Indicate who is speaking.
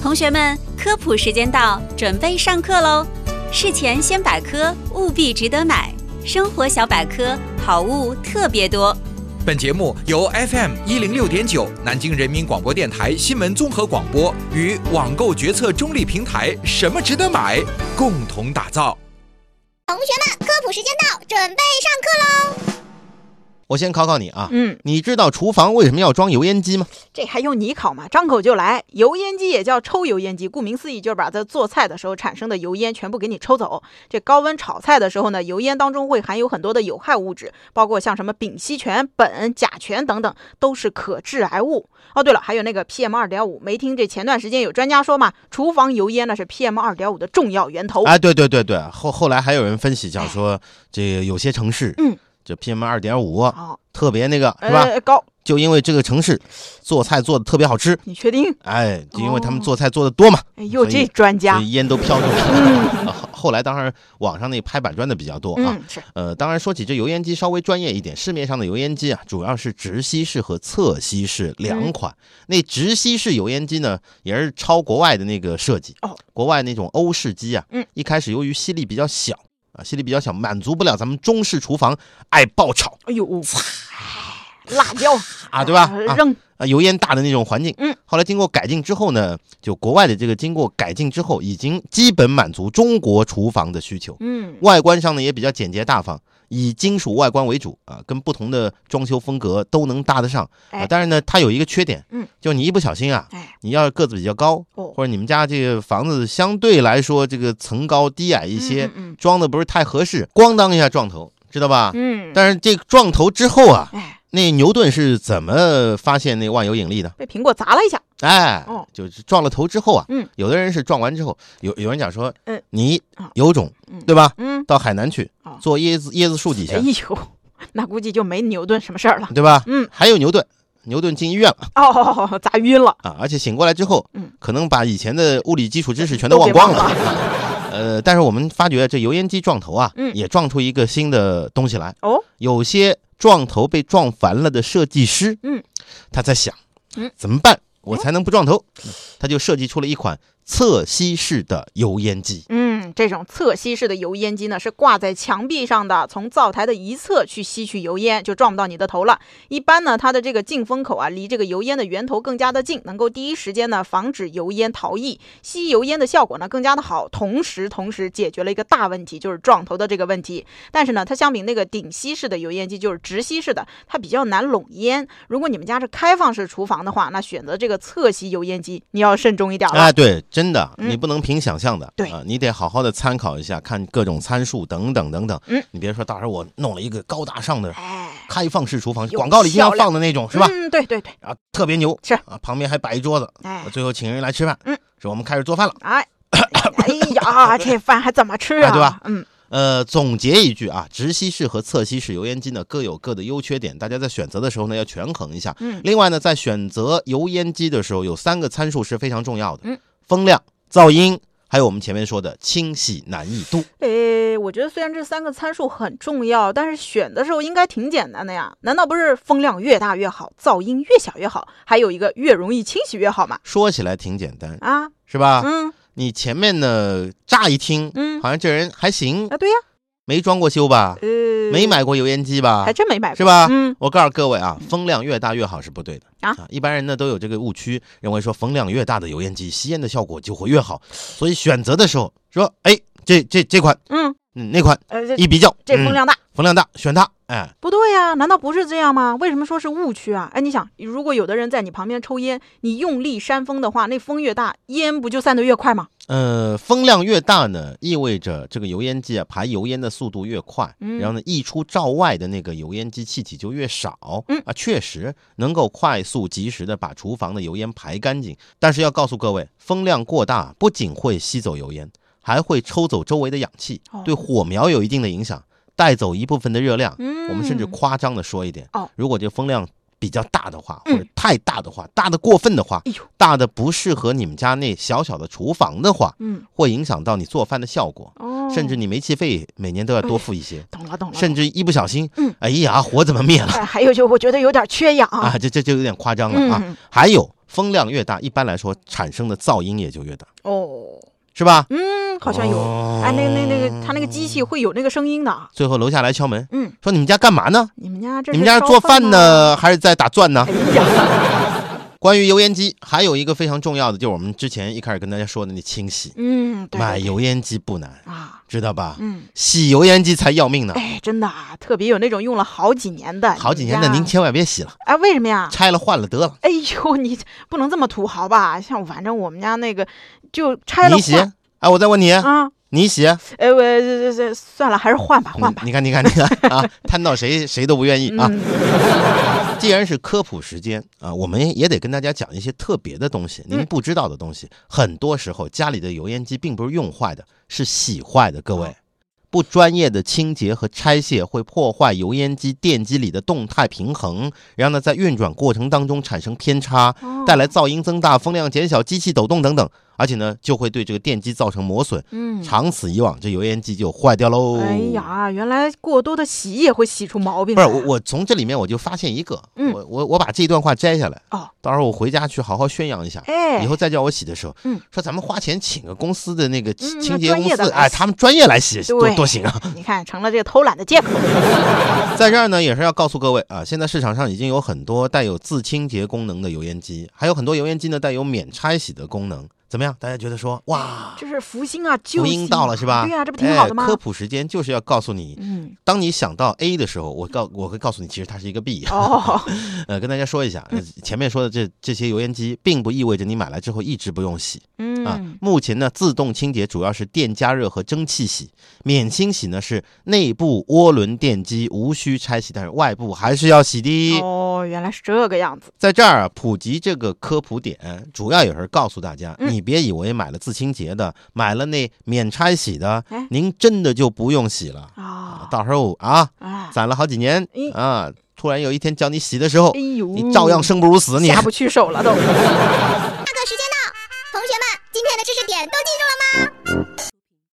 Speaker 1: 同学们，科普时间到，准备上课喽！事前先百科，务必值得买。生活小百科，好物特别多。
Speaker 2: 本节目由 FM 一零六点九南京人民广播电台新闻综合广播与网购决策中立平台“什么值得买”共同打造。
Speaker 3: 同学们，科普时间到，准备上课喽！
Speaker 4: 我先考考你啊，
Speaker 5: 嗯，
Speaker 4: 你知道厨房为什么要装油烟机吗？
Speaker 5: 这还用你考吗？张口就来。油烟机也叫抽油烟机，顾名思义就是把在做菜的时候产生的油烟全部给你抽走。这高温炒菜的时候呢，油烟当中会含有很多的有害物质，包括像什么丙烯醛、苯、甲醛等等，都是可致癌物。哦，对了，还有那个 PM 二点五，没听这前段时间有专家说嘛，厨房油烟呢是 PM 二点五的重要源头。
Speaker 4: 哎，对对对对，后后来还有人分析讲说，这有些城市，
Speaker 5: 哎嗯，
Speaker 4: 这 PM 二点五啊
Speaker 5: 哦，
Speaker 4: 特别那个是吧？
Speaker 5: 呃，高，
Speaker 4: 就因为这个城市做菜做的特别好吃，
Speaker 5: 你确定？
Speaker 4: 哎，就因为
Speaker 5: 哦
Speaker 4: 他们做菜做的多嘛，
Speaker 5: 哎呦，
Speaker 4: 所以
Speaker 5: 这专家
Speaker 4: 所，以烟都飘出去了。 后后来当然网上那拍板砖的比较多啊。
Speaker 5: 嗯，是，
Speaker 4: 呃，当然说起这油烟机稍微专业一点，市面上的油烟机啊，主要是直吸式和侧吸式两
Speaker 5: 嗯
Speaker 4: 款。那直吸式油烟机呢，也是抄国外的那个设计。
Speaker 5: 哦，
Speaker 4: 国外那种欧式机啊，
Speaker 5: 嗯，
Speaker 4: 一开始由于吸力比较小啊，吸力比较小，满足不了咱们中式厨房爱爆炒
Speaker 5: 哎呦，辣椒
Speaker 4: 啊，对吧？
Speaker 5: 呃
Speaker 4: 啊
Speaker 5: 扔
Speaker 4: 啊，油烟大的那种环境。
Speaker 5: 嗯，
Speaker 4: 后来经过改进之后呢，就国外的这个经过改进之后，已经基本满足中国厨房的需求。
Speaker 5: 嗯，
Speaker 4: 外观上呢也比较简洁大方，以金属外观为主啊，跟不同的装修风格都能搭得上啊。
Speaker 5: 哎
Speaker 4: 当然呢，它有一个缺点，
Speaker 5: 嗯，
Speaker 4: 就你一不小心啊，
Speaker 5: 哎，
Speaker 4: 你要是个子比较高，
Speaker 5: 哦，
Speaker 4: 或者你们家这个房子相对来说这个层高低矮一些，
Speaker 5: 嗯嗯
Speaker 4: 装的不是太合适，咣当一下撞头，知道吧？
Speaker 5: 嗯，
Speaker 4: 啊但是这个撞头之后啊，
Speaker 5: 哎，
Speaker 4: 那牛顿是怎么发现那万有引力的？
Speaker 5: 被苹果砸了一下，
Speaker 4: 哎，
Speaker 5: 哦
Speaker 4: 就是撞了头之后啊，
Speaker 5: 嗯，
Speaker 4: 有的人是撞完之后，有有人讲说，
Speaker 5: 嗯，
Speaker 4: 你
Speaker 5: 啊
Speaker 4: 有种，
Speaker 5: 嗯
Speaker 4: 对吧？
Speaker 5: 嗯，
Speaker 4: 到海南去
Speaker 5: 哦
Speaker 4: 做椰子椰子树底下
Speaker 5: 哎，呦，那估计就没牛顿什么事儿了。
Speaker 4: 对吧？
Speaker 5: 嗯，
Speaker 4: 还有牛顿，牛顿进医院了
Speaker 5: 哦，砸晕了，
Speaker 4: 啊，而且醒过来之后，
Speaker 5: 嗯，
Speaker 4: 可能把以前的物理基础知识全都
Speaker 5: 都
Speaker 4: 忘
Speaker 5: 给
Speaker 4: 光
Speaker 5: 忘
Speaker 4: 了。 呃，但是我们发觉这油烟机撞头啊，
Speaker 5: 嗯
Speaker 4: 也撞出一个新的东西来。
Speaker 5: 哦，
Speaker 4: 有些撞头被撞烦了的设计师，
Speaker 5: 嗯，
Speaker 4: 他在想，
Speaker 5: 嗯，
Speaker 4: 怎么办我才能不撞头？他就设计出了一款侧吸式的油烟机。
Speaker 5: 嗯，这种侧吸式的油烟机呢，是挂在墙壁上的，从灶台的一侧去吸取油烟，就撞不到你的头了。一般呢，它的这个进风口啊，离这个油烟的源头更加的近，能够第一时间呢防止油烟逃逸，吸油烟的效果呢更加的好。同时，同时解决了一个大问题，就是撞头的这个问题。但是呢，它相比那个顶吸式的油烟机，就是直吸式的，它比较难拢烟。如果你们家是开放式厨房的话，那选择这个侧吸油烟机，你要慎重一点了。
Speaker 4: 啊，对，真的，
Speaker 5: 嗯
Speaker 4: 你不能凭想象的，
Speaker 5: 对
Speaker 4: 啊，你得好好的参考一下，看各种参数等等等等。
Speaker 5: 嗯，
Speaker 4: 你别说到时候我弄了一个高大上的
Speaker 5: 哎，
Speaker 4: 开放式厨房，
Speaker 5: 有
Speaker 4: 广告里经常
Speaker 5: 漂亮
Speaker 4: 放的那种，是吧？
Speaker 5: 嗯，对对对，
Speaker 4: 啊，特别牛，
Speaker 5: 是
Speaker 4: 啊，旁边还摆一桌子，
Speaker 5: 哎
Speaker 4: 我。最后请人来吃饭，
Speaker 5: 嗯，
Speaker 4: 说我们开始做饭了。
Speaker 5: 哎，哎呀，这饭还怎么吃啊？
Speaker 4: 啊对吧？
Speaker 5: 嗯，
Speaker 4: 呃，总结一句啊，直吸式和侧吸式油烟机呢各有各的优缺点，大家在选择的时候呢要权衡一下。
Speaker 5: 嗯
Speaker 4: 另外呢，在选择油烟机的时候，有三个参数是非常重要的，
Speaker 5: 嗯，
Speaker 4: 风量、噪音，还有我们前面说的清洗难易度。
Speaker 5: 诶，哎我觉得虽然这三个参数很重要，但是选的时候应该挺简单的呀。难道不是风量越大越好，噪音越小越好，还有一个越容易清洗越好吗？
Speaker 4: 说起来挺简单，
Speaker 5: 啊，
Speaker 4: 是吧？
Speaker 5: 嗯
Speaker 4: 你前面呢，乍一听，
Speaker 5: 嗯
Speaker 4: 好像这人还行，
Speaker 5: 啊，对呀，
Speaker 4: 没装过修吧，
Speaker 5: 呃，
Speaker 4: 没，买过油烟机吧
Speaker 5: 还，真没买过，
Speaker 4: 是吧？
Speaker 5: 嗯，
Speaker 4: 我告诉各位啊，风量越大越好是不对的
Speaker 5: 啊
Speaker 4: 一般人呢都有这个误区，认为说风量越大的油烟机吸烟的效果就会越好，所以选择的时候说，哎，这这这款，
Speaker 5: 嗯，
Speaker 4: 嗯，那款
Speaker 5: 呃，这
Speaker 4: 一比较，
Speaker 5: 这
Speaker 4: 嗯、
Speaker 5: 风量大。
Speaker 4: 风量大，选它，哎，
Speaker 5: 不对呀、难道不是这样吗？为什么说是误区啊？哎，你想，如果有的人在你旁边抽烟，你用力扇风的话，那风越大，烟不就散得越快吗？
Speaker 4: 呃，风量越大呢，意味着这个油烟机啊排油烟的速度越快，
Speaker 5: 嗯
Speaker 4: 然后呢溢出罩外的那个油烟机气体就越少，
Speaker 5: 嗯
Speaker 4: 啊，确实能够快速及时的把厨房的油烟排干净。但是要告诉各位，风量过大不仅会吸走油烟，还会抽走周围的氧气，
Speaker 5: 哦
Speaker 4: 对火苗有一定的影响，带走一部分的热量。
Speaker 5: 嗯，
Speaker 4: 我们甚至夸张的说一点，
Speaker 5: 哦
Speaker 4: 如果这风量比较大的话，或
Speaker 5: 嗯
Speaker 4: 者太大的话，大的过分的话
Speaker 5: 哎呦，
Speaker 4: 大的不适合你们家那小小的厨房的话，
Speaker 5: 嗯，
Speaker 4: 会影响到你做饭的效果，
Speaker 5: 哦，哎
Speaker 4: 甚至你煤气费每年都要多付一些，
Speaker 5: 懂了懂了，
Speaker 4: 甚
Speaker 5: 至
Speaker 4: 至一不小心
Speaker 5: 嗯，
Speaker 4: 哎呀，火怎么灭了
Speaker 5: 哎，还有就我觉得有点缺氧
Speaker 4: 啊？这这就有点夸张了啊
Speaker 5: 嗯。
Speaker 4: 还有风量越大，一般来说产生的噪音也就越大，
Speaker 5: 哦，
Speaker 4: 是吧？
Speaker 5: 嗯，好像有，
Speaker 4: 哦
Speaker 5: 哎，那那那个他那个机器会有那个声音的，
Speaker 4: 最后楼下来敲门，
Speaker 5: 嗯，
Speaker 4: 说你们家干嘛呢？
Speaker 5: 你们家这
Speaker 4: 你们家
Speaker 5: 是
Speaker 4: 是
Speaker 5: 烧
Speaker 4: 做饭
Speaker 5: 吗？
Speaker 4: 呢，还是在打转呢
Speaker 5: 哎？呀，
Speaker 4: 关于油烟机，还有一个非常重要的，就是我们之前一开始跟大家说的那清洗，
Speaker 5: 嗯，对
Speaker 4: 买
Speaker 5: 对
Speaker 4: 油烟机不难，
Speaker 5: 对啊，
Speaker 4: 知道吧？
Speaker 5: 嗯，
Speaker 4: 洗油烟机才要命呢，
Speaker 5: 哎，真的啊，特别有那种用了好几年的，
Speaker 4: 好几年的
Speaker 5: 的
Speaker 4: 您千万别洗了，
Speaker 5: 哎，为什么呀？
Speaker 4: 拆了换了得了。
Speaker 5: 哎呦，你不能这么土豪吧？像反正我们家那个就拆了
Speaker 4: 你洗
Speaker 5: 换？
Speaker 4: 哎，我再问你，
Speaker 5: 啊，
Speaker 4: 你洗？
Speaker 5: 哎，我这这这算了，还是换吧，换
Speaker 4: 嗯
Speaker 5: 吧
Speaker 4: 你。你看，你看，你看啊，摊到谁谁都不愿意啊。
Speaker 5: 嗯，
Speaker 4: 既然是科普时间啊，我们也得跟大家讲一些特别的东西，您
Speaker 5: 嗯
Speaker 4: 不知道的东西。很多时候家里的油烟机并不是用坏的，是洗坏的。各位，不专业的清洁和拆卸会破坏油烟机电机里的动态平衡，让它在运转过程当中产生偏差，
Speaker 5: 哦
Speaker 4: 带来噪音增大、风量减小、机器抖动等等。而且呢，就会对这个电机造成磨损，
Speaker 5: 嗯，
Speaker 4: 长此以往，这油烟机就坏掉喽。
Speaker 5: 哎呀，原来过多的洗也会洗出毛
Speaker 4: 哦
Speaker 5: 病
Speaker 4: 不
Speaker 5: 来
Speaker 4: 是
Speaker 5: 啊。
Speaker 4: 我，我从这里面我就发现一个，
Speaker 5: 嗯
Speaker 4: 我我我把这一段话摘下来，
Speaker 5: 哦，
Speaker 4: 到时候我回家去好好宣扬一下，
Speaker 5: 哎，
Speaker 4: 以后再叫我洗的时候，
Speaker 5: 嗯，
Speaker 4: 说咱们花钱请个公司的那个清
Speaker 5: 嗯
Speaker 4: 清洁公
Speaker 5: 专业的
Speaker 4: 司，
Speaker 5: 来
Speaker 4: 哎，
Speaker 5: 洗
Speaker 4: 他们专业来洗多
Speaker 5: 对
Speaker 4: 多行啊。
Speaker 5: 你看成了这个偷懒 的借口。
Speaker 4: 在这儿呢，也是要告诉各位啊，现在市场上已经有很多带有自清洁功能的油烟机，还有很多油烟机呢带有免拆洗的功能，怎么样？大家觉得说哇，
Speaker 5: 这是福星啊，救
Speaker 4: 福
Speaker 5: 星
Speaker 4: 音到了
Speaker 5: 啊
Speaker 4: 是吧？
Speaker 5: 哎对呀，这不挺好的
Speaker 4: 哎
Speaker 5: 吗？
Speaker 4: 科普时间就是要告诉你，
Speaker 5: 嗯，
Speaker 4: 当你想到 A 的时候，我告我会告诉你，其实它是一个 B。
Speaker 5: 哦，
Speaker 4: 呃，跟大家说一
Speaker 5: 嗯
Speaker 4: 下，呃前面说的这这些油烟机，并不意味着你买来之后一直不用洗啊
Speaker 5: 嗯。，
Speaker 4: 目前呢，自动清洁主要是电加热和蒸汽洗，免清洗呢是内部涡轮电机无需拆洗，但是外部还是要洗的。
Speaker 5: 哦，原来是这个样子。
Speaker 4: 在这儿啊普及这个科普点，主要也是告诉大家，
Speaker 5: 嗯
Speaker 4: 你别以为买了自清洁的，买了那免拆洗的
Speaker 5: 哎，
Speaker 4: 您真的就不用洗了。
Speaker 5: 啊，
Speaker 4: 到时候啊，
Speaker 5: 哎，
Speaker 4: 攒了好几年
Speaker 5: 哎
Speaker 4: 啊，突然有一天叫你洗的时候
Speaker 5: 哎，呦，
Speaker 4: 你照样生不如死，你
Speaker 5: 下不去手了都。
Speaker 3: 上课时间到，同学们，今天的知识点都记住了吗？